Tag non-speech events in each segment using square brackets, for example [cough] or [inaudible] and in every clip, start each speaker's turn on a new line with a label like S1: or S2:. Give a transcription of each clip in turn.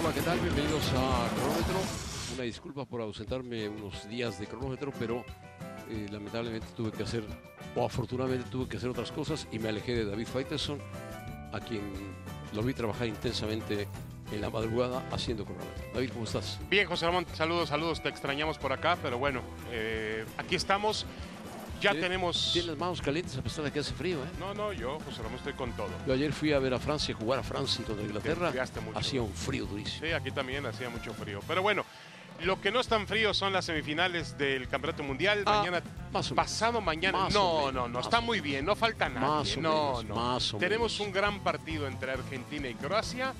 S1: Hola, ¿qué tal? Bienvenidos a Cronómetro. Una disculpa por ausentarme unos días de cronómetro, pero eh, lamentablemente tuve que hacer, o afortunadamente tuve que hacer otras cosas y me alejé de David Faitelson, a quien lo vi trabajar intensamente en la madrugada haciendo cronómetro. David, ¿cómo estás?
S2: Bien, José Ramón, saludos, saludos, te extrañamos por acá, pero bueno, eh, aquí estamos. Ya
S1: Tien-
S2: tenemos.
S1: Tienes las manos calientes a pesar de que hace frío, ¿eh?
S2: No, no, yo, José Ramón, estoy con todo.
S1: Yo ayer fui a ver a Francia, jugar a Francia contra Inglaterra.
S2: enfriaste mucho.
S1: Hacía un frío durísimo.
S2: Sí, aquí también hacía mucho frío. Pero bueno, lo que no es tan frío son las semifinales del Campeonato Mundial.
S1: Ah,
S2: mañana,
S1: más o menos.
S2: pasado mañana.
S1: Más
S2: no,
S1: o menos,
S2: no, no,
S1: más
S2: está
S1: o
S2: muy bien, no falta nada.
S1: Más o
S2: no,
S1: menos,
S2: no.
S1: más o
S2: Tenemos
S1: menos.
S2: un gran partido entre Argentina y Croacia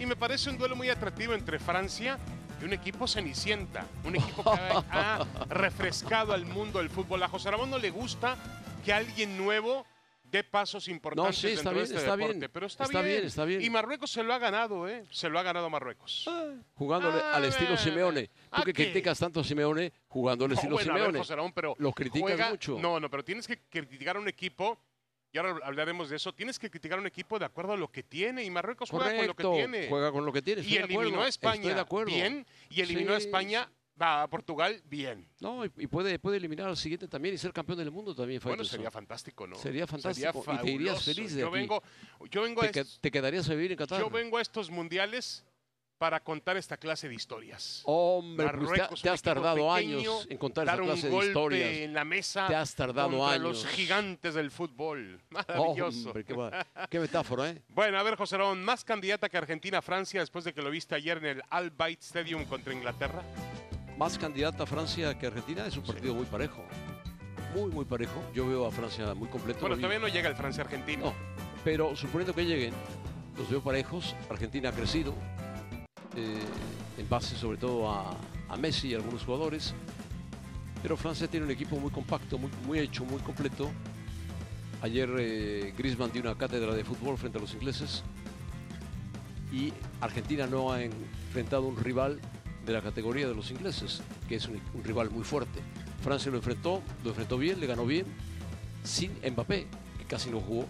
S2: y me parece un duelo muy atractivo entre Francia y un equipo cenicienta, un equipo que
S1: [laughs]
S2: ha, ha refrescado al mundo del fútbol. A José Ramón no le gusta que alguien nuevo dé pasos
S1: No,
S2: importantes
S1: sí, está
S2: dentro
S1: bien,
S2: de este
S1: está
S2: deporte,
S1: bien.
S2: pero está,
S1: Está bien, está bien.
S2: Y Marruecos se lo ha ganado, ¿eh? Se lo ha ganado
S1: [laughs]
S2: Marruecos.
S1: Jugándole
S2: Ah,
S1: al estilo
S2: bueno.
S1: Simeone. Tú
S2: Ah,
S1: que
S2: ¿qué?
S1: criticas tanto a Simeone, jugando al
S2: No,
S1: estilo
S2: bueno, a ver,
S1: Simeone.
S2: José Ramón, pero
S1: Los critican
S2: juega-
S1: mucho.
S2: No, no, pero tienes que criticar a un equipo, y ahora hablaremos de eso, tienes que criticar a un equipo de acuerdo a lo que tiene, y Marruecos juega
S1: Correcto,
S2: con lo que tiene.
S1: juega con lo que tiene.
S2: y
S1: estoy de
S2: eliminó
S1: acuerdo,
S2: a España
S1: Estoy de acuerdo.
S2: bien, y eliminó a
S1: Sí,
S2: España, va a Portugal bien.
S1: No, y, y puede, puede eliminar al siguiente también y ser campeón del mundo también,
S2: Bueno,
S1: Faitelson.
S2: sería fantástico, ¿no?
S1: Sería fantástico, y te irías
S2: fabuloso.
S1: feliz de
S2: yo
S1: aquí.
S2: vengo, yo vengo a
S1: te, que-
S2: est-
S1: te quedarías a vivir en Qatar.
S2: yo vengo a estos mundiales para contar esta clase de historias.
S1: Hombre, pues te-
S2: Marruecos,
S1: te,
S2: un
S1: has
S2: equipo
S1: tardado
S2: pequeño,
S1: años en contar
S2: dar
S1: esa clase
S2: un
S1: de
S2: golpe
S1: historias.
S2: en la mesa.
S1: Te has tardado
S2: contra los
S1: años. Oh,
S2: gigantes del fútbol. Maravilloso.
S1: Hombre, qué, va- qué metáfora, ¿eh?
S2: Bueno, a ver, José Ramón, ¿más candidata que Argentina-Francia después de que lo viste ayer en el Al Bayt Stadium contra Inglaterra?
S1: Más candidata a Francia que Argentina. Es un partido muy parejo. Muy, muy parejo. Yo veo a Francia muy completo. lo
S2: Bueno,
S1: vi-
S2: todavía no llega el Francia-Argentina.
S1: No, pero suponiendo que lleguen, los veo parejos. Argentina ha crecido, eh, en base sobre todo a, a Messi y algunos jugadores. Pero Francia tiene un equipo muy compacto, muy, muy hecho, muy completo. Ayer eh, Griezmann dio una cátedra de fútbol frente a los ingleses. Y Argentina no ha enfrentado un rival de la categoría de los ingleses, que es un, un rival muy fuerte. Francia lo enfrentó, lo enfrentó bien, le ganó bien, sin Mbappé, que casi no jugó.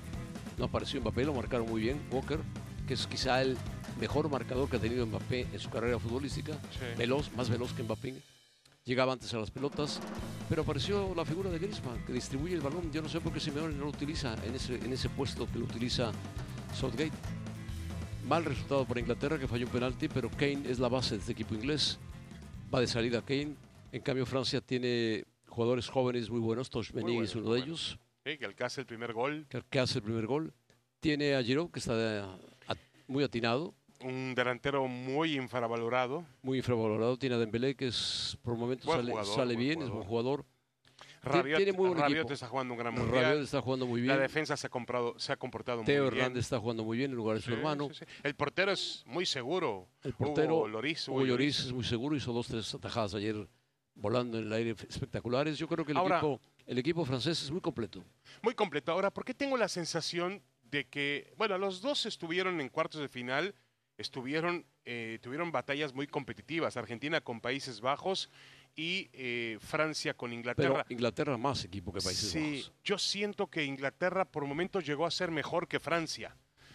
S1: No apareció Mbappé, lo marcaron muy bien. Walker, que es quizá el mejor marcador que ha tenido Mbappé en su carrera futbolística.
S2: Sí.
S1: Veloz, más veloz que Mbappé. Llegaba antes a las pelotas, pero apareció la figura de Griezmann, que distribuye el balón. Yo no sé por qué Simeone no lo utiliza en ese, en ese puesto que lo utiliza Southgate. Mal resultado para Inglaterra, que falló un penalti, pero Kane es la base de este equipo inglés. Va de salida Kane. En cambio, Francia tiene jugadores jóvenes muy buenos. Toshmeni
S2: buenos,
S1: es uno
S2: muy
S1: de
S2: buenos.
S1: ellos
S2: Sí, que alcance el primer gol.
S1: que, que hace el primer gol. Tiene a Giroud, que está de- a- muy atinado,
S2: Un delantero muy infravalorado.
S1: muy infravalorado. Tiene a Dembélé, que es, por momentos
S2: Buen
S1: sale,
S2: jugador,
S1: sale
S2: buen
S1: bien, es
S2: jugador.
S1: buen jugador.
S2: Rabiot,
S1: tiene muy buen
S2: Rabiot
S1: equipo.
S2: está jugando un gran mundial.
S1: Rabiot está jugando muy
S2: La
S1: bien.
S2: defensa se ha, comprado, se ha comportado muy
S1: Teo
S2: bien.
S1: Hernández está jugando muy bien en lugar de su
S2: Sí,
S1: hermano.
S2: sí, sí. El portero es muy seguro.
S1: El portero
S2: Hugo Lloris. Hugo
S1: Hugo
S2: Lloris.
S1: Lloris es muy seguro, hizo dos, tres atajadas ayer volando en el aire espectaculares. Yo creo que el,
S2: Ahora-
S1: equipo, el equipo francés es muy completo.
S2: Muy completo. Ahora, ¿por qué tengo la sensación de que, bueno, los dos estuvieron en cuartos de final, estuvieron, eh, tuvieron batallas muy competitivas, Argentina con Países Bajos y eh, Francia con
S1: Pero
S2: Inglaterra.
S1: Inglaterra más equipo que Países
S2: sí,
S1: Bajos.
S2: yo siento que Inglaterra por momentos llegó a ser mejor que Francia,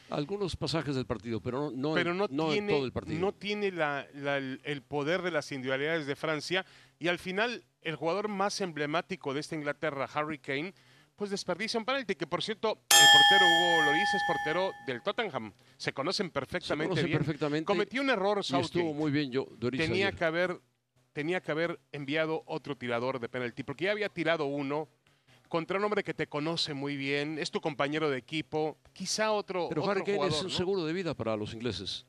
S1: Algunos pasajes del partido, pero no, no,
S2: pero
S1: en,
S2: no,
S1: no en
S2: tiene,
S1: todo el partido.
S2: no tiene la- la- el el poder de las individualidades de Francia y al final el jugador más emblemático de esta Inglaterra, Harry Kane, pues desperdicia un penalti, que por cierto, el portero Hugo Lloris es portero del Tottenham. Se conocen
S1: Se
S2: perfectamente
S1: conoce
S2: bien.
S1: perfectamente.
S2: Cometió un error
S1: y estuvo
S2: Southgate.
S1: muy bien yo, Lloris
S2: Tenía
S1: ayer.
S2: que haber tenía que haber enviado otro tirador de penalti porque ya había tirado uno contra un hombre que te conoce muy bien, es tu compañero de equipo, quizá otro
S1: Pero
S2: otro
S1: Harry Kane
S2: jugador,
S1: es un
S2: ¿no?
S1: seguro de vida para los ingleses.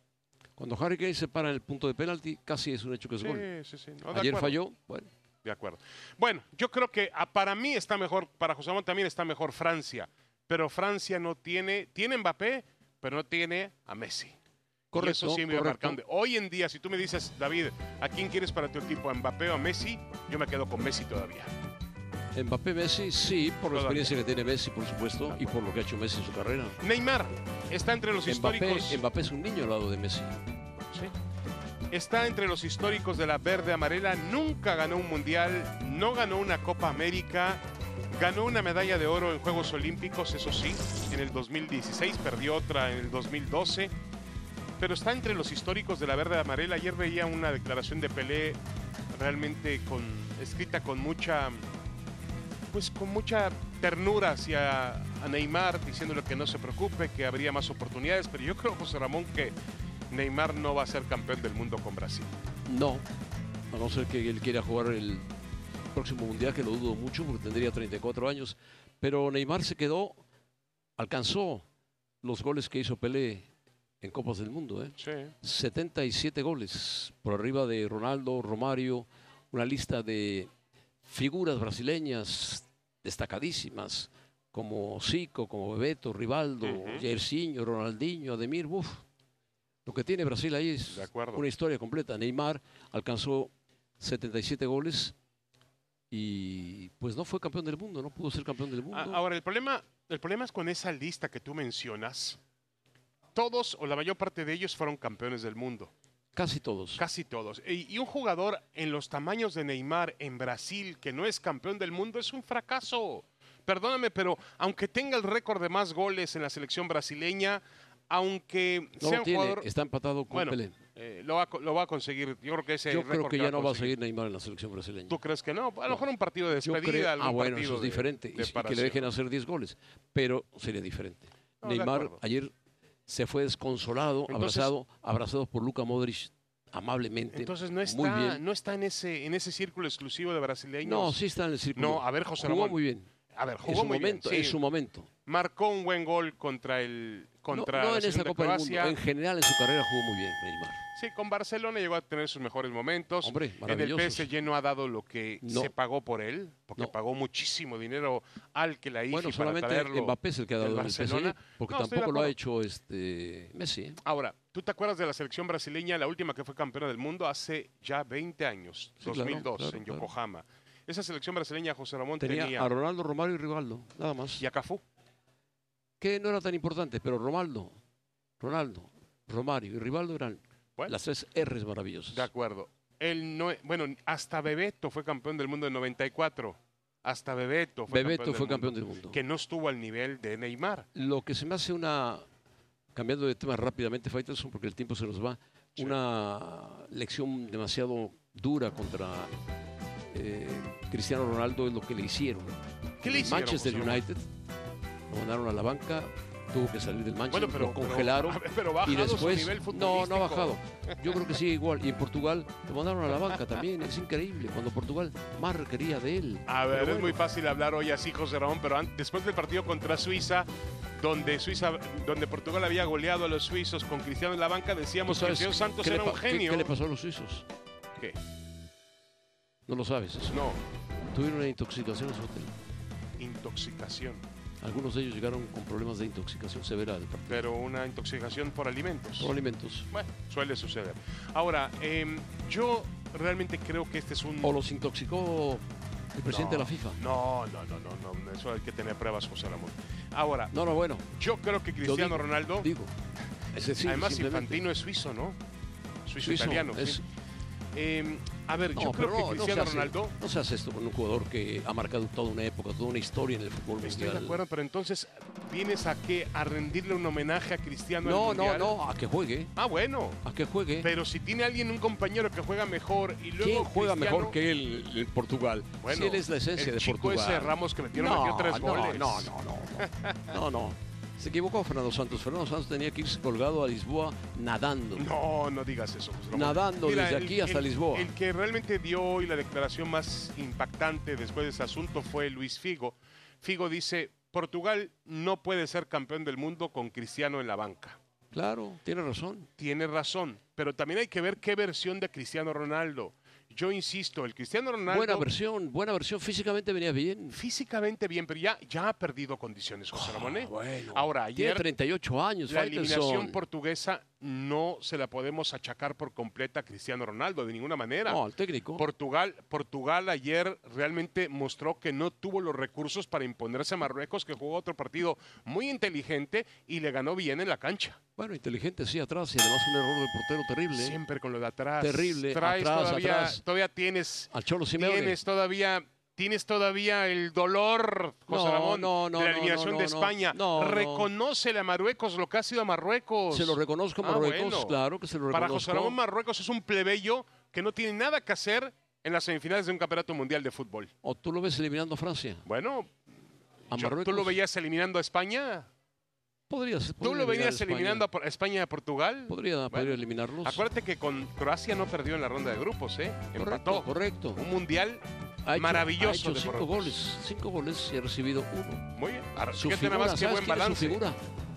S1: Cuando Harry Kane se para en el punto de penalti, casi es un hecho que es
S2: Sí,
S1: gol.
S2: sí, sí. No, de
S1: Ayer
S2: acuerdo.
S1: falló. Bueno,
S2: De acuerdo. Bueno, yo creo que ah, para mí está mejor, para José Ramón también está mejor Francia, pero Francia no tiene, tiene Mbappé, pero no tiene a Messi.
S1: correcto.
S2: y eso sí me iba
S1: correcto.
S2: marcando. Hoy en día, si tú me dices, David, ¿a quién quieres para tu equipo? ¿A Mbappé o a Messi? Yo me quedo con Messi todavía.
S1: Mbappé Messi, sí, por la
S2: Todavía.
S1: experiencia que tiene Messi, por supuesto, y por lo que ha hecho Messi en su carrera.
S2: Neymar está entre los históricos.
S1: Mbappé, Mbappé es un niño al lado de Messi.
S2: Sí. Está entre los históricos de la verde amarela, nunca ganó un mundial, no ganó una Copa América, ganó una medalla de oro en Juegos Olímpicos, eso sí, en el 2016, perdió otra en el 2012, pero está entre los históricos de la verde amarela. Ayer veía una declaración de Pelé realmente con, escrita con mucha, pues con mucha ternura hacia a Neymar, diciéndole que no se preocupe, que habría más oportunidades, pero yo creo, José Ramón, que Neymar no va a ser campeón del mundo con Brasil.
S1: No, a no ser que él quiera jugar el próximo mundial, que lo dudo mucho porque tendría 34 años. Pero Neymar se quedó, alcanzó los goles que hizo Pelé en Copas del Mundo. ¿eh?
S2: Sí.
S1: 77 goles por arriba de Ronaldo, Romario, una lista de figuras brasileñas destacadísimas como Zico, como Bebeto, Rivaldo,
S2: Ujú.
S1: Jairzinho, Ronaldinho, Ademir, uf. Lo que tiene Brasil ahí es
S2: De acuerdo.
S1: una historia completa. Neymar alcanzó 77 goles y pues no fue campeón del mundo, no pudo ser campeón del mundo.
S2: A- Ah, Ahora, el problema, el problema es con esa lista que tú mencionas. Todos o la mayor parte de ellos fueron campeones del mundo.
S1: Casi todos.
S2: Casi todos. Y, y un jugador en los tamaños de Neymar en Brasil que no es campeón del mundo es un fracaso. Perdóname, pero aunque tenga el récord de más goles en la selección brasileña, aunque
S1: no
S2: sea
S1: lo
S2: un
S1: tiene,
S2: jugador...
S1: está empatado con
S2: Bueno,
S1: Pelé.
S2: eh, lo, va, a co- lo va a conseguir. Yo creo que ese
S1: Yo creo
S2: récord
S1: que
S2: lo
S1: ya no va a
S2: conseguir.
S1: seguir Neymar en la selección brasileña.
S2: ¿Tú crees que no? A lo
S1: No.
S2: mejor un partido de
S1: Yo
S2: despedida.
S1: creo-
S2: algún
S1: ah, bueno,
S2: partido
S1: eso es
S2: de-
S1: diferente.
S2: de
S1: y sí, que le
S2: paración.
S1: dejen hacer 10 goles, pero sería diferente.
S2: No, de
S1: Neymar
S2: acuerdo.
S1: ayer se fue desconsolado,
S2: Entonces-
S1: abrazado, abrazado por Luca Modric amablemente.
S2: Entonces no
S1: muy
S2: está,
S1: bien.
S2: no está en ese, en ese círculo exclusivo de brasileños.
S1: No, sí está en el círculo.
S2: No, a ver, José
S1: jugó
S2: Ramón.
S1: muy bien.
S2: A ver,
S1: en
S2: jugó
S1: su
S2: muy
S1: momento,
S2: bien.
S1: en
S2: sí.
S1: su momento.
S2: Marcó un buen gol contra el contra
S1: no, no
S2: la
S1: en esa
S2: selección de
S1: Copa del Mundo,
S2: Croacia.
S1: en general en su carrera jugó muy bien Neymar.
S2: Sí, con Barcelona llegó a tener sus mejores momentos.
S1: Hombre,
S2: en el
S1: maravillosos.
S2: PSG no ha dado lo que
S1: No.
S2: se pagó por él, porque
S1: No.
S2: pagó muchísimo dinero al que la hizo
S1: Bueno,
S2: para
S1: solamente
S2: traerlo.
S1: Mbappé es el que ha
S2: del
S1: dado en el PSG,
S2: Barcelona.
S1: porque
S2: No, estoy de
S1: tampoco lo ha
S2: acuerdo.
S1: hecho este Messi. ¿eh?
S2: Ahora, ¿tú te acuerdas de la selección brasileña, la última que fue campeona del mundo hace ya 20 años,
S1: Sí, claro,
S2: 2002,
S1: claro,
S2: en
S1: claro.
S2: Yokohama? Esa selección brasileña, José Ramón, tenía,
S1: Tenía a Ronaldo, Romario y Rivaldo, nada más.
S2: y a Cafú.
S1: que no era tan importante, pero Romaldo, Ronaldo, Romario y Rivaldo eran
S2: Bueno.
S1: las tres R's maravillosas.
S2: De acuerdo. Él no, e, bueno, hasta Bebeto fue campeón del mundo en 94. Hasta Bebeto fue
S1: Bebeto
S2: campeón
S1: fue
S2: del
S1: campeón
S2: mundo.
S1: del mundo.
S2: Que no estuvo al nivel de Neymar.
S1: Lo que se me hace una, cambiando de tema rápidamente, Faitelson, porque el tiempo se nos va,
S2: Sí.
S1: una lección demasiado dura contra eh, Cristiano Ronaldo es lo que le hicieron.
S2: ¿Qué le
S1: En
S2: hicieron?
S1: Manchester
S2: José Ramón?
S1: United lo mandaron a la banca, tuvo que salir del Manchester,
S2: Bueno, pero
S1: lo congelaron.
S2: Pero, a ver, pero bajado
S1: y
S2: su
S1: después
S2: nivel
S1: no no ha
S2: futbolístico.
S1: bajado yo creo que sigue igual y en Portugal lo mandaron a la banca también es increíble cuando Portugal más requería de él
S2: A ver,
S1: Pero
S2: es muy fácil hablar hoy así, José Ramón, pero an- después del partido contra Suiza, donde Suiza, donde Portugal había goleado a los suizos con Cristiano en la banca,
S1: ¿Tú
S2: decíamos que
S1: sabes
S2: Cristiano Santos
S1: qué le
S2: era
S1: pa-
S2: un
S1: qué-
S2: genio.
S1: qué le pasó a los suizos
S2: ¿Qué?
S1: no lo sabes eso.
S2: No,
S1: tuvieron una intoxicación en su hotel
S2: intoxicación,
S1: algunos de ellos llegaron con problemas de intoxicación severa del partido
S2: pero una intoxicación por alimentos.
S1: por alimentos
S2: Bueno, suele suceder. Ahora, em, yo realmente creo que este es un...
S1: o los intoxicó el presidente de
S2: No,
S1: la FIFA
S2: No, no, no, no, no, eso hay que tener pruebas, José Ramón. Ahora,
S1: no no bueno
S2: yo creo que
S1: digo,
S2: Cristiano Ronaldo,
S1: digo es decir
S2: además
S1: simplemente,
S2: Infantino es suizo, ¿no? Suizo,
S1: suizo,
S2: italiano. sí.
S1: es-
S2: Eh, a ver,
S1: No,
S2: yo creo
S1: pero
S2: que
S1: no, no
S2: Cristiano
S1: se hace.
S2: Ronaldo.
S1: No se hace esto con un jugador que ha marcado toda una época, toda una historia en el fútbol
S2: Estoy de
S1: mundial.
S2: acuerdo, pero entonces, ¿vienes a qué? ¿A rendirle un homenaje a Cristiano? al
S1: No, no,
S2: Mundial?
S1: no, a que juegue,
S2: Ah, bueno.
S1: a que juegue.
S2: Pero si tiene alguien, un compañero que juega mejor y luego.
S1: ¿Quién juega
S2: Cristiano-
S1: mejor que él en Portugal?
S2: Bueno,
S1: si él es la esencia
S2: el
S1: de
S2: chico
S1: Portugal.
S2: ese Ramos que metió,
S1: no,
S2: metió tres
S1: no,
S2: goles.
S1: no, no, no, no, no, no. Se equivocó Fernando Santos. Fernando Santos tenía que irse colgado a Lisboa nadando.
S2: No, no digas eso. José Ramón.
S1: Nadando desde
S2: el-
S1: aquí hasta
S2: el-
S1: Lisboa.
S2: El que realmente dio hoy la declaración más impactante después de ese asunto fue Luis Figo. Figo dice: Portugal no puede ser campeón del mundo con Cristiano en la banca.
S1: Claro, tiene razón.
S2: tiene razón, pero también hay que ver qué versión de Cristiano Ronaldo. Yo insisto, el Cristiano Ronaldo
S1: Buena versión, buena versión. Físicamente venía bien.
S2: físicamente bien, pero ya, ya ha perdido condiciones, José Ramón. ¿eh?
S1: Ah, bueno.
S2: Ahora,
S1: Tiene
S2: ayer
S1: 38 años,
S2: la
S1: Faitelson.
S2: eliminación portuguesa no se la podemos achacar por completa a Cristiano Ronaldo, de ninguna manera.
S1: No, al técnico.
S2: Portugal, Portugal ayer realmente mostró que no tuvo los recursos para imponerse a Marruecos, que jugó otro partido muy inteligente y le ganó bien en la cancha.
S1: Bueno, inteligente, sí, atrás. Y además un error del portero terrible. ¿eh?
S2: Siempre con lo de atrás.
S1: Terrible,
S2: Traes
S1: atrás,
S2: todavía,
S1: atrás.
S2: todavía tienes
S1: Al Cholo Simeone.
S2: tienes todavía ¿Tienes todavía el dolor, José
S1: No,
S2: Ramón,
S1: no, no,
S2: de la
S1: no,
S2: eliminación
S1: no,
S2: de
S1: no,
S2: España?
S1: no, no.
S2: Reconócele a Marruecos lo que ha sido a Marruecos.
S1: Se lo reconozco a
S2: Ah,
S1: Marruecos,
S2: bueno.
S1: claro que se lo reconozco.
S2: Para José Ramón, Marruecos es un plebeyo que no tiene nada que hacer en las semifinales de un campeonato mundial de fútbol.
S1: ¿O tú lo ves eliminando a Francia?
S2: Bueno,
S1: ¿A
S2: yo-
S1: Marruecos?
S2: ¿tú lo veías eliminando a España?
S1: Podría ser-
S2: ¿Tú
S1: podría
S2: lo
S1: eliminar
S2: veías
S1: a España.
S2: eliminando a Por- a España y a Portugal?
S1: Podría, podría eliminarlos.
S2: Acuérdate que con Croacia no perdió en la ronda de grupos, ¿eh?
S1: correcto,
S2: Empató.
S1: correcto.
S2: Un mundial
S1: Ha hecho-
S2: maravilloso
S1: Ha hecho
S2: de
S1: cinco
S2: Marruecos.
S1: goles, cinco goles y ha recibido uno.
S2: muy bien. Ahora,
S1: Su
S2: Fíjate
S1: figura,
S2: nada más qué
S1: ¿sabes
S2: buen
S1: quién es
S2: balance.
S1: su figura?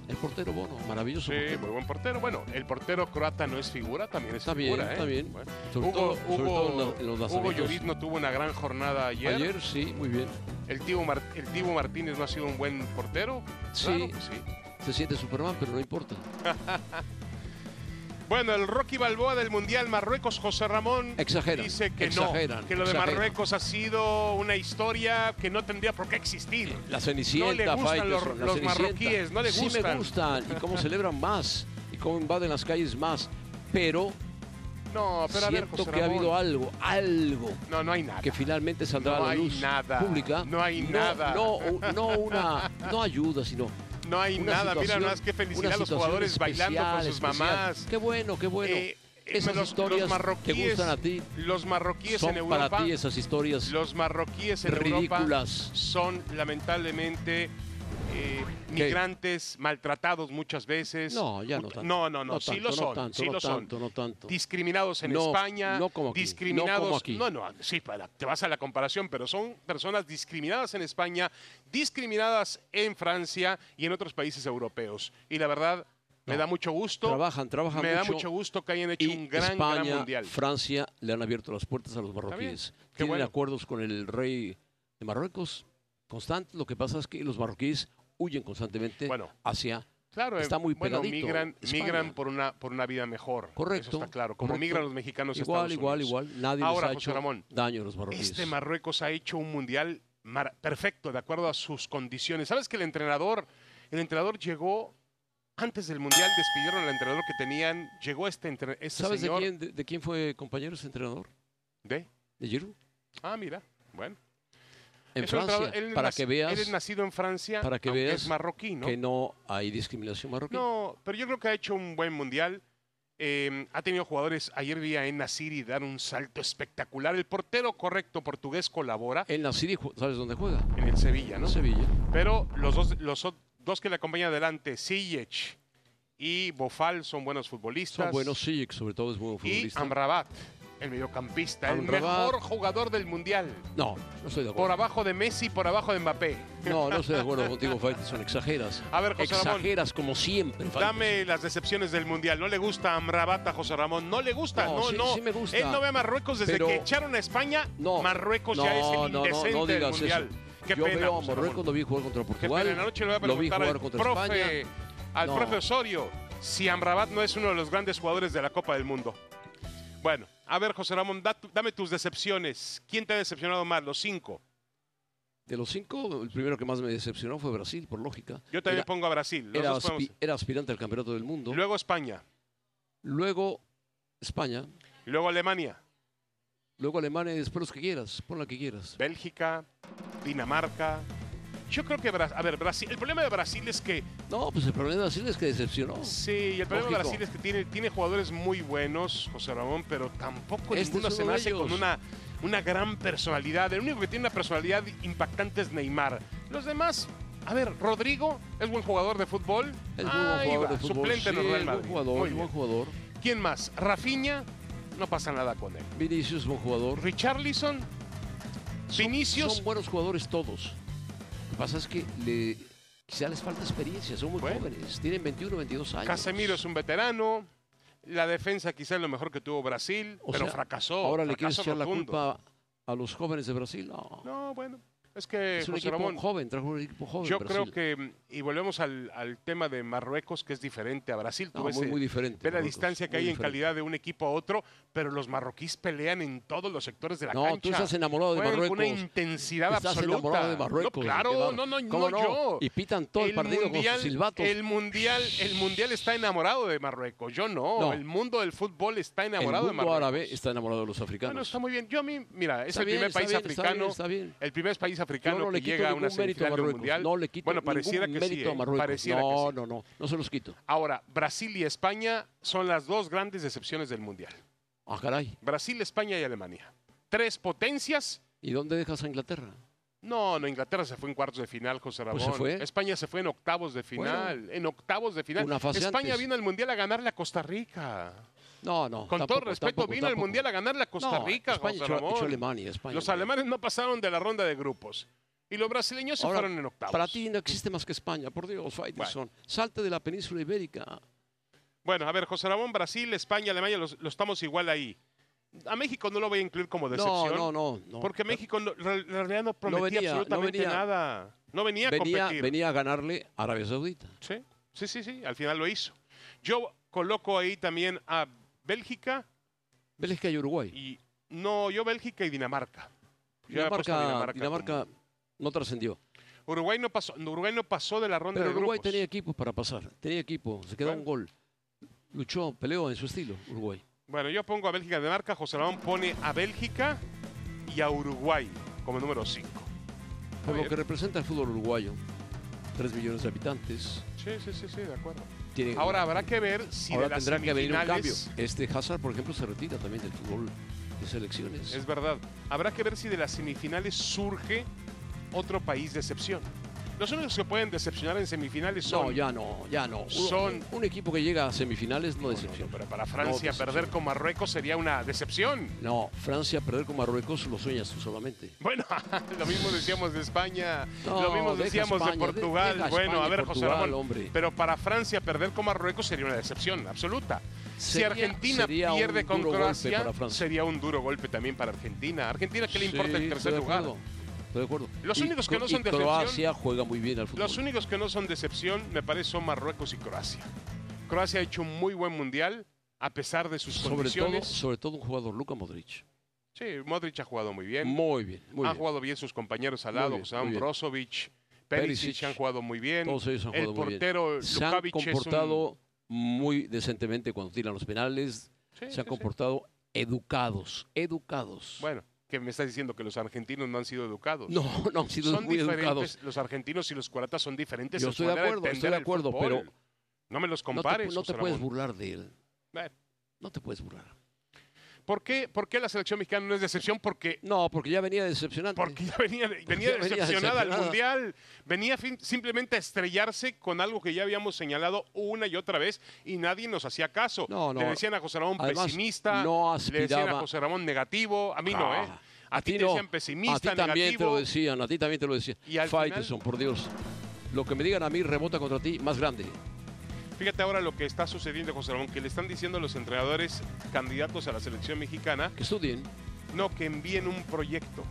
S1: El portero Bono, maravilloso.
S2: Sí,
S1: portero.
S2: muy buen portero. Bueno, el portero croata no es figura, también es
S1: Está bien,
S2: figura, ¿eh?
S1: está bien.
S2: Bueno,
S1: Sobre,
S2: Hugo,
S1: todo, sobre todo en
S2: Hugo,
S1: la- en los
S2: Hugo
S1: lanzamientos.
S2: Lloris no tuvo una gran jornada ayer.
S1: Ayer sí, muy bien.
S2: El, Tibo Mar- el Tibo Martínez no ha sido un buen portero.
S1: Sí.
S2: Claro que sí.
S1: Se siente Superman, pero no importa.
S2: Bueno, el Rocky Balboa del Mundial Marruecos, José Ramón,
S1: Exageran.
S2: dice que
S1: exageran,
S2: no, que lo de
S1: exageran.
S2: Marruecos ha sido una historia que no tendría por qué existir.
S1: La Cenicienta,
S2: No le gustan
S1: Faitelson,
S2: los-
S1: la
S2: los
S1: Cenicienta.
S2: marroquíes, no le
S1: Sí me
S2: gustan.
S1: gustan y
S2: [laughs]
S1: cómo celebran más y cómo invaden las calles más, pero,
S2: No, pero a ver,
S1: siento
S2: José
S1: que ha
S2: Ramón,
S1: habido algo, algo
S2: No, no hay nada.
S1: que finalmente saldrá
S2: No
S1: a la
S2: hay
S1: luz
S2: nada,
S1: pública.
S2: no hay nada.
S1: No, no una, no ayuda,
S2: [laughs]
S1: sino
S2: No hay
S1: una
S2: nada. Mira
S1: situación-
S2: nada más que
S1: una
S2: felicidad a los
S1: situación
S2: jugadores bailando con
S1: especial,
S2: sus
S1: especial.
S2: mamás.
S1: Qué bueno, qué bueno.
S2: Eh,
S1: esas
S2: los- los
S1: historias que
S2: marroquíes-
S1: gustan a ti
S2: Los marroquíes
S1: son
S2: en Europa,
S1: para ti esas historias
S2: los marroquíes en Europa
S1: ridículas.
S2: son lamentablemente eh,
S1: ¿Qué?
S2: migrantes maltratados muchas veces.
S1: No, ya no tanto.
S2: No, no, no,
S1: No
S2: sí
S1: tanto,
S2: lo
S1: no
S2: son,
S1: tanto,
S2: sí
S1: no
S2: lo son.
S1: tanto, no tanto.
S2: Discriminados en
S1: No,
S2: España,
S1: no como aquí, no como
S2: discriminados,
S1: aquí.
S2: no, no, sí, para, te vas a la comparación, pero son personas discriminadas en España, discriminadas en Francia y en otros países europeos. Y la verdad me
S1: No.
S2: da mucho gusto.
S1: Trabajan, trabajan
S2: me da
S1: mucho.
S2: mucho gusto que hayan hecho
S1: y
S2: un gran,
S1: España,
S2: gran mundial.
S1: Francia le han abierto las puertas a los
S2: Está
S1: marroquíes.
S2: Qué
S1: Tienen
S2: bueno.
S1: acuerdos con el rey de Marruecos constantes. Lo que pasa es que los marroquíes huyen constantemente
S2: Bueno.
S1: hacia
S2: Claro,
S1: Está
S2: eh,
S1: muy
S2: bueno,
S1: pegadito,
S2: migran,
S1: España.
S2: migran por una por una vida mejor. Eso
S1: Correcto,
S2: está claro. Como
S1: correcto.
S2: migran los mexicanos a
S1: igual,
S2: Estados
S1: igual,
S2: Unidos.
S1: igual. Nadie
S2: Ahora,
S1: les ha
S2: José
S1: hecho
S2: Ramón,
S1: daño a los marroquíes.
S2: Este Marruecos ha hecho un mundial mar- perfecto de acuerdo a sus condiciones. Sabes que el entrenador, el entrenador llegó antes del mundial, despidieron al entrenador que tenían, llegó este, entre- este
S1: ¿Sabes de
S2: señor
S1: quién, de, de quién fue compañero ese entrenador?
S2: de-
S1: ¿De Giroud?
S2: ah mira, bueno,
S1: En
S2: Es un
S1: Francia.
S2: entrenador- él es
S1: para
S2: nac-
S1: que
S2: él
S1: veas
S2: es nacido en Francia,
S1: para que
S2: aunque
S1: veas
S2: es marroquí, ¿no?
S1: que no hay discriminación marroquí.
S2: No, pero yo creo que ha hecho un buen mundial. Eh, ha tenido jugadores. Ayer vi a Nasiri dar un salto espectacular. El portero correcto portugués colabora
S1: En la City, ju- ¿sabes dónde juega?
S2: en el Sevilla, ¿no?
S1: En Sevilla.
S2: Pero los dos, los o- dos que le acompañan adelante, Ziyech y Bofal, son buenos futbolistas.
S1: Son buenos, sí, sobre todo es buen
S2: Y
S1: futbolista.
S2: Amrabat, el mediocampista, el
S1: Amrabat.
S2: mejor jugador del mundial.
S1: No, no estoy de acuerdo.
S2: Por abajo de Messi, por abajo de Mbappé.
S1: No, no estoy de acuerdo contigo, Faitelson. Exageras.
S2: A ver, José Ramón.
S1: Exageras como siempre. Faitelson.
S2: Dame las decepciones del Mundial. No le gusta a Amrabat a José Ramón. No le gusta.
S1: No,
S2: No, no.
S1: sí- sí me gusta.
S2: Él no ve a Marruecos desde
S1: Pero-
S2: que echaron a España.
S1: No,
S2: Marruecos
S1: no,
S2: ya es el
S1: no, no,
S2: indecente
S1: no
S2: del
S1: digas
S2: Mundial.
S1: eso.
S2: Qué
S1: Yo
S2: pena,
S1: veo a
S2: José Ramón.
S1: Marruecos, lo vi jugar contra
S2: Qué pena.
S1: Portugal.
S2: En la noche le voy a
S1: lo vi
S2: preguntar
S1: jugar
S2: al
S1: contra
S2: profe,
S1: España.
S2: al
S1: No.
S2: profe Osorio, si Amrabat no es uno de los grandes jugadores de la Copa del Mundo. Bueno, a ver, José Ramón, da tu- dame tus decepciones. ¿Quién te ha decepcionado más? Los cinco.
S1: De los cinco, el primero que más me decepcionó fue Brasil, por lógica.
S2: Yo también
S1: Era-
S2: pongo a Brasil. Los
S1: era,
S2: dos podemos-
S1: aspi- era aspirante al campeonato del mundo.
S2: Luego España.
S1: Luego España,
S2: Luego Alemania.
S1: luego Alemania, y después los que quieras, pon la que quieras.
S2: Bélgica, Dinamarca. Yo creo que Bra- a ver, Brasil, el problema de Brasil es que
S1: No, pues el problema de Brasil es que decepcionó.
S2: sí, y el problema
S1: Lógico.
S2: de Brasil es que tiene, tiene jugadores muy buenos, José Ramón, pero tampoco
S1: Este
S2: ninguno
S1: es
S2: se
S1: uno
S2: me
S1: de
S2: hace con
S1: ellos.
S2: una una gran personalidad. El único que tiene una personalidad impactante es Neymar. Los demás, a ver, Rodrigo es buen jugador de fútbol.
S1: Es muy
S2: Ahí
S1: buen jugador
S2: va,
S1: de fútbol.
S2: Suplente en
S1: sí,
S2: el Real
S1: buen
S2: Madrid.
S1: jugador,
S2: Muy
S1: buen
S2: bien.
S1: jugador.
S2: ¿Quién más? Rafinha, no pasa nada con él.
S1: Vinicius, buen jugador.
S2: Richarlison, Vinicius,
S1: Son buenos jugadores todos. Lo que pasa es que le, quizá les falta experiencia, son muy
S2: Bueno.
S1: jóvenes, tienen 21, 22 años.
S2: Casemiro es un veterano. La defensa quizás es lo mejor que tuvo Brasil,
S1: O
S2: pero
S1: sea,
S2: fracasó.
S1: Ahora le quieres
S2: fracaso
S1: echar la
S2: rotundo.
S1: culpa a los jóvenes de Brasil. No.
S2: No, bueno. Es que,
S1: es un
S2: José
S1: equipo
S2: Ramón,
S1: joven, trajo un equipo joven.
S2: yo
S1: Brasil.
S2: creo que, mm, y volvemos al, al tema de Marruecos, que es diferente a Brasil. Tú
S1: No,
S2: ves,
S1: muy,
S2: eh,
S1: muy diferente.
S2: ve la
S1: Marruecos,
S2: distancia que
S1: muy
S2: hay en
S1: diferente.
S2: calidad de un equipo a otro, pero los marroquíes pelean en todos los sectores de la
S1: No,
S2: cancha.
S1: tú estás enamorado de
S2: Juegan con una
S1: Marruecos.
S2: intensidad
S1: Estás
S2: absoluta.
S1: enamorado de Marruecos.
S2: No,
S1: qué
S2: claro,
S1: bárbaro.
S2: no, no, no,
S1: ¿Cómo
S2: yo.
S1: Y pitan todo el, partido con sus silbatos.
S2: el mundial, el mundial está enamorado de Marruecos. Yo no.
S1: No.
S2: El mundo del fútbol está
S1: El
S2: enamorado de
S1: mundo
S2: Marruecos.
S1: árabe está enamorado de los
S2: Bueno,
S1: africanos.
S2: está muy bien. Yo a mí, mira, es
S1: Está
S2: el
S1: bien,
S2: primer
S1: está
S2: país
S1: bien, está bien,
S2: africano.
S1: Está bien.
S2: El primer país
S1: Yo
S2: africano
S1: no le
S2: que
S1: quito
S2: llega a una
S1: ningún mérito a
S2: semifinal de un
S1: Marruecos.
S2: mundial.
S1: No le quito
S2: bueno,
S1: ningún
S2: pareciera que sí.
S1: mérito a
S2: ¿eh?
S1: Marruecos.
S2: Pareciera
S1: no,
S2: que sí.
S1: no, no. No se los quito.
S2: Ahora, Brasil y España son las dos grandes decepciones del mundial.
S1: Ah, caray.
S2: Brasil, España y Alemania. Tres potencias.
S1: ¿Y dónde dejas a Inglaterra?
S2: No, no, Inglaterra se fue en cuartos de final, José Ramón.
S1: Pues se fue.
S2: España se fue en octavos de final. en octavos de final.
S1: Una fase
S2: España
S1: antes.
S2: vino al Mundial a ganarle a Costa Rica.
S1: No, no.
S2: Con
S1: tampoco,
S2: todo respeto,
S1: tampoco,
S2: vino al
S1: tampoco.
S2: Mundial a ganarle a Costa
S1: No,
S2: Rica,
S1: España
S2: José
S1: echó-
S2: Ramón.
S1: echó a Alemania, España.
S2: Los alemanes no pasaron de la ronda de grupos. Y los brasileños se
S1: Ahora,
S2: fueron en octavos.
S1: Para ti no existe más que España, por Dios, Faitelson. Salte de la península ibérica.
S2: Bueno, a ver, José Ramón, Brasil, España, Alemania, los- lo estamos igual ahí. A México no lo voy a incluir como
S1: No,
S2: decepción.
S1: no, no, no.
S2: Porque México no, re- en realidad no prometía
S1: venía, no
S2: absolutamente
S1: venía.
S2: nada. No venía a
S1: venía,
S2: competir.
S1: venía a ganarle a Arabia Saudita.
S2: Sí, sí, sí, sí, al final lo hizo. Yo coloco ahí también a Bélgica
S1: Bélgica y Uruguay.
S2: y no, yo Bélgica y Dinamarca. Yo había puesto
S1: Dinamarca,
S2: a
S1: Dinamarca,
S2: como-
S1: no trascendió.
S2: Uruguay no pasó, Uruguay no pasó de la ronda
S1: Pero
S2: de
S1: Uruguay
S2: grupos.
S1: tenía equipo para pasar. Tenía equipo. Se quedó
S2: Bueno.
S1: un gol. Luchó, peleó en su estilo, Uruguay.
S2: Bueno, yo pongo a Bélgica y Dinamarca, José Ramón pone a Bélgica y a Uruguay como número 5.
S1: Por lo
S2: bien.
S1: que representa el fútbol uruguayo. Tres millones de habitantes.
S2: Sí, sí, sí, sí, de acuerdo.
S1: Tiene-
S2: Ahora habrá que ver si
S1: ahora
S2: de las
S1: tendrá que venir un cambio.
S2: semifinales-
S1: Este Hazard, por ejemplo, se retira también del fútbol de selecciones.
S2: Es verdad. Habrá que ver si de las semifinales surge otro país de excepción. Los únicos que pueden decepcionar en semifinales son
S1: No, ya no, ya no. Un-
S2: Son-
S1: un equipo que llega a semifinales no
S2: No, no,
S1: decepción.
S2: no, pero para Francia
S1: No,
S2: perder con Marruecos sería una decepción.
S1: No, Francia perder con Marruecos lo sueñas tú solamente.
S2: Bueno, [laughs] lo mismo decíamos de España,
S1: No,
S2: lo mismo
S1: deja
S2: decíamos
S1: España,
S2: de
S1: de-
S2: Portugal.
S1: deja
S2: bueno,
S1: España
S2: a
S1: y
S2: ver, José
S1: Portugal,
S2: Ramón.
S1: hombre.
S2: Pero para Francia perder con Marruecos sería una decepción absoluta.
S1: Sería-
S2: si Argentina
S1: sería un
S2: pierde con
S1: duro golpe
S2: Croacia,
S1: para Francia.
S2: sería un duro golpe también para Argentina. Argentina, ¿qué le importa
S1: Sí,
S2: el tercer
S1: estoy de
S2: lugar?
S1: acuerdo, Estoy de acuerdo.
S2: Los únicos que
S1: Cro-
S2: no son
S1: y
S2: decepción-
S1: Croacia juega muy bien al fútbol.
S2: Los únicos que no son decepción, me parece, son Marruecos y Croacia. Croacia ha hecho un muy buen mundial, a pesar de sus
S1: sobre todo,
S2: condiciones.
S1: sobre todo un jugador, Luka Modric.
S2: Sí, Modric ha jugado muy bien.
S1: Muy bien, muy
S2: ha
S1: bien.
S2: jugado bien sus compañeros al
S1: Muy
S2: lado,
S1: bien,
S2: José
S1: muy bien.
S2: Brozovic, Perisic,
S1: Perisic.
S2: han jugado muy bien.
S1: Todos ellos han jugado
S2: el
S1: muy bien.
S2: portero
S1: Se han
S2: Lukavic es un-
S1: comportado muy decentemente cuando tiran los penales.
S2: Sí,
S1: se han
S2: sí,
S1: comportado educados, educados.
S2: sí. Bueno, que me estás diciendo que los argentinos no han sido educados.
S1: no, no han sido
S2: son
S1: muy
S2: diferentes.
S1: educados.
S2: Los argentinos y los cuaratas son diferentes.
S1: Yo
S2: en su
S1: estoy de
S2: manera
S1: acuerdo, estoy de
S2: entender el
S1: acuerdo,
S2: fútbol.
S1: pero
S2: no me los
S1: No te-
S2: compares.
S1: no te,
S2: José
S1: puedes
S2: Ramón.
S1: burlar de él.
S2: Bueno.
S1: No te puedes burlar.
S2: ¿Por qué, ¿Por qué la selección mexicana no es decepción? Porque
S1: No, porque ya venía decepcionante.
S2: Porque ya venía, venía
S1: ya venía
S2: decepcionada al
S1: decepcionada.
S2: Mundial. Venía fin- simplemente a estrellarse con algo que ya habíamos señalado una y otra vez y nadie nos hacía caso.
S1: No, no.
S2: Le decían a José Ramón
S1: Además,
S2: pesimista,
S1: no
S2: le decían a
S1: aspiraba-
S2: José Ramón negativo, a mí no, ¿eh?
S1: Ah,
S2: A, ti te
S1: no,
S2: decían pesimista,
S1: a ti también te lo
S2: negativo.
S1: decían, a ti también te lo decían.
S2: Y al
S1: Faitelson, por Dios. Lo que me digan a mí rebota contra ti más grande.
S2: Fíjate ahora lo que está sucediendo, José Ramón, que le están diciendo a los entrenadores candidatos a la selección mexicana,
S1: Que estudien.
S2: no, que envíen un proyecto.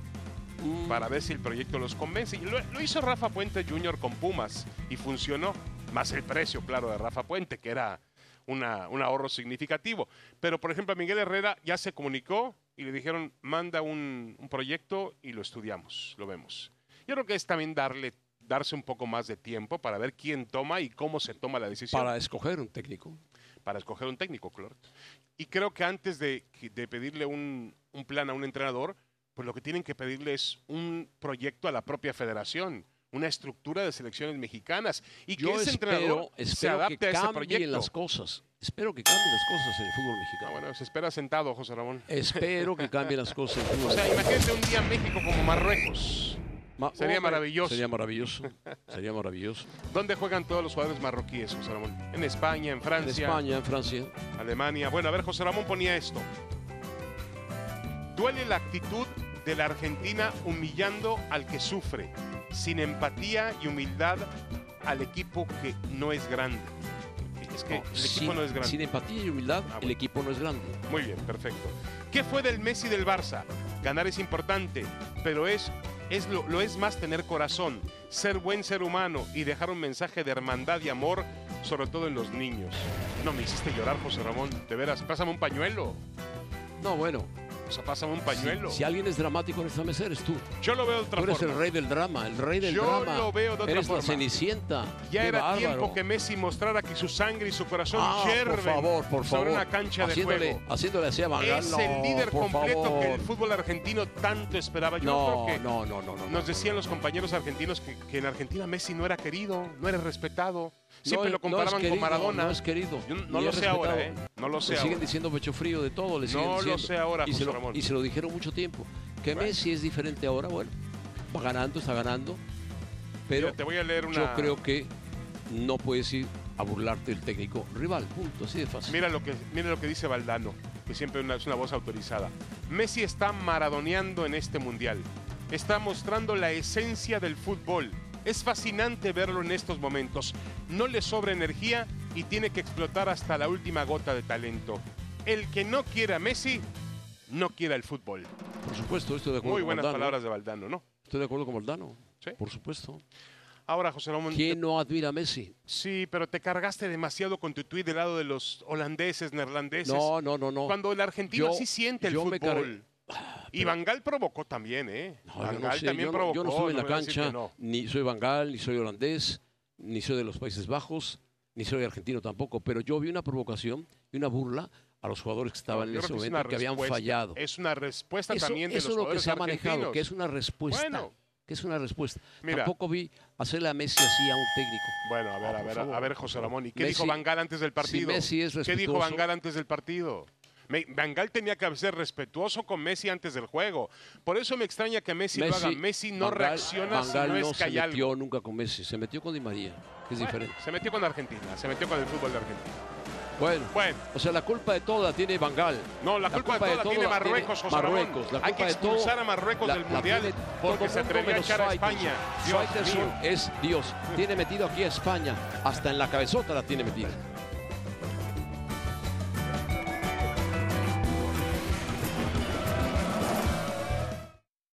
S1: Mm,
S2: para ver si el proyecto los convence. Y lo, lo hizo Rafa Puente Jr. con Pumas y funcionó, más el precio, claro, de Rafa Puente, que era una- un ahorro significativo. Pero, por ejemplo, a Miguel Herrera ya se comunicó y le dijeron, manda un, un proyecto y lo estudiamos, lo vemos. Yo creo que es también darle, darse un poco más de tiempo para ver quién toma y cómo se toma la decisión
S1: para escoger un técnico.
S2: para escoger un técnico, claro. Y creo que antes de, de pedirle un, un plan a un entrenador, pues lo que tienen que pedirle es un proyecto a la propia federación, una estructura de selecciones mexicanas y que
S1: Yo
S2: ese entrenador
S1: espero,
S2: se
S1: espero que
S2: adapte a ese proyecto.
S1: cambien las cosas. Espero que cambien las cosas en el fútbol
S2: Ah,
S1: mexicano.
S2: bueno, se espera sentado, José Ramón.
S1: Espero que cambien las cosas en el fútbol
S2: Ah, [laughs] O sea,
S1: mexicano.
S2: imagínate un día México como Marruecos.
S1: Ma-
S2: sería
S1: hombre,
S2: maravilloso.
S1: Sería maravilloso. Sería maravilloso.
S2: ¿Dónde juegan todos los jugadores marroquíes, José Ramón? En España, en
S1: En
S2: Francia,
S1: España, en Francia.
S2: Alemania. Bueno, a ver, José Ramón ponía esto. Duele la actitud de la Argentina humillando al que sufre, sin empatía y humildad al equipo que no es grande. Es que
S1: No,
S2: el
S1: sin,
S2: equipo no es grande.
S1: sin em- empatía y humildad,
S2: Ah,
S1: el
S2: bueno.
S1: equipo no es grande.
S2: Muy bien, perfecto. ¿Qué fue del Messi del Barça? Ganar es importante, pero es es lo, lo es más tener corazón, ser buen ser humano y dejar un mensaje de hermandad y amor, sobre todo en los niños. No me hiciste llorar, José Ramón, de veras, pásame un pañuelo.
S1: No, bueno.
S2: O sea, pásame Pues, un
S1: si-
S2: pañuelo.
S1: Si, alguien es dramático en esta mesa eres tú.
S2: Yo lo veo de otra
S1: Tú eres
S2: forma.
S1: el rey del drama, el rey del
S2: Yo
S1: drama.
S2: lo veo de otra
S1: eres
S2: forma.
S1: la cenicienta.
S2: Ya
S1: Qué
S2: era
S1: bárbaro.
S2: tiempo que Messi mostrara que su sangre y su corazón
S1: Ah,
S2: hierven
S1: por favor, por favor.
S2: sobre una cancha de
S1: haciéndole,
S2: juego.
S1: Haciéndole así a Van Gaal,
S2: Es
S1: no,
S2: el líder
S1: por
S2: completo
S1: favor.
S2: que el fútbol argentino tanto esperaba. Yo
S1: No,
S2: creo que
S1: no, no, no, no.
S2: nos decían los compañeros argentinos que, que en Argentina Messi no era querido, no era respetado. Siempre
S1: No,
S2: lo comparaban
S1: no es querido,
S2: con Maradona.
S1: No es querido.
S2: Yo no
S1: ni
S2: lo
S1: es
S2: sé ahora,
S1: respetado.
S2: ¿eh? No lo sé
S1: Le siguen
S2: ahora.
S1: diciendo pecho frío de todo, le siguen
S2: No lo
S1: diciendo.
S2: sé ahora,
S1: y
S2: José
S1: se, lo,
S2: Ramón.
S1: y se lo dijeron mucho tiempo. Que
S2: Bueno.
S1: Messi es diferente ahora, bueno, va ganando, está ganando. Pero
S2: Mira, te voy a leer una.
S1: yo creo que no puedes ir a burlarte del técnico rival, punto, así de fácil.
S2: Mira lo que, mira lo que dice Valdano, que siempre una- es una voz autorizada. Messi está maradoneando en este mundial. Está mostrando la esencia del fútbol. Es fascinante verlo en estos momentos. No le sobra energía y tiene que explotar hasta la última gota de talento. El que no quiera a Messi, no quiera el fútbol.
S1: Por supuesto, estoy de acuerdo
S2: Muy
S1: con
S2: buenas
S1: Valdano. ¿eh?
S2: palabras de Valdano, ¿no?
S1: Estoy de acuerdo con Valdano.
S2: Sí.
S1: Por supuesto.
S2: Ahora, José Ramón.
S1: ¿Quién no admira a Messi?
S2: Sí, pero te cargaste demasiado con tu tuit del lado de los holandeses, neerlandeses.
S1: No, no, no, no.
S2: Cuando el argentino
S1: Yo-
S2: sí siente el
S1: yo me Ah,
S2: fútbol. Y Van Gaal provocó también, ¿eh?
S1: No,
S2: Van
S1: yo no
S2: Gaal
S1: sé,
S2: también
S1: yo no, yo no estuve en
S2: no
S1: la
S2: me vas a decir
S1: cancha,
S2: que no.
S1: ni soy bangal, ni soy holandés, ni soy de los Países Bajos, ni soy argentino tampoco, pero yo vi una provocación y una burla a los jugadores que estaban en
S2: Yo creo
S1: ese
S2: que es
S1: momento
S2: una
S1: que habían
S2: respuesta,
S1: fallado.
S2: Es una respuesta
S1: Eso,
S2: también de
S1: eso
S2: los
S1: es lo que
S2: jugadores
S1: se ha manejado,
S2: argentinos.
S1: que es una respuesta.
S2: Bueno.
S1: Que es una respuesta.
S2: Mira.
S1: Tampoco vi hacerle a Messi así a un técnico.
S2: Bueno, a ver,
S1: Ah,
S2: a
S1: por
S2: ver,
S1: favor,
S2: a ver,
S1: por
S2: José
S1: favor.
S2: Ramón, ¿y qué
S1: Messi-
S2: dijo Van Gaal antes del partido?
S1: Messi es
S2: ¿Qué dijo Van
S1: respetuoso-
S2: Gaal antes del partido? Me- Van Gaal tenía que ser respetuoso con Messi antes del juego. Por eso me extraña que Messi, lo haga. Messi no
S1: Van Gaal-
S2: reacciona
S1: Van
S2: si
S1: Gaal
S2: no es que
S1: se
S2: hay algo.
S1: metió nunca con Messi, se metió con Di María, que es
S2: Bueno,
S1: diferente.
S2: Se metió con Argentina, se metió con el fútbol de Argentina.
S1: Bueno,
S2: Bueno,
S1: o sea, la culpa de todo la tiene Bangal.
S2: no, la, culpa, de todo la tiene Marruecos, José Ramón.
S1: Marruecos, la
S2: Hay que
S1: culpa de todo-
S2: expulsar a Marruecos
S1: La-
S2: del
S1: la
S2: Mundial
S1: tiene
S2: porque
S1: todo
S2: se
S1: mundo
S2: atrevió a
S1: menos
S2: echar a
S1: Faitelson.
S2: España. Dios
S1: Faitelson
S2: mío.
S1: es Dios. Tiene metido aquí a España. Hasta en la cabezota la tiene metida.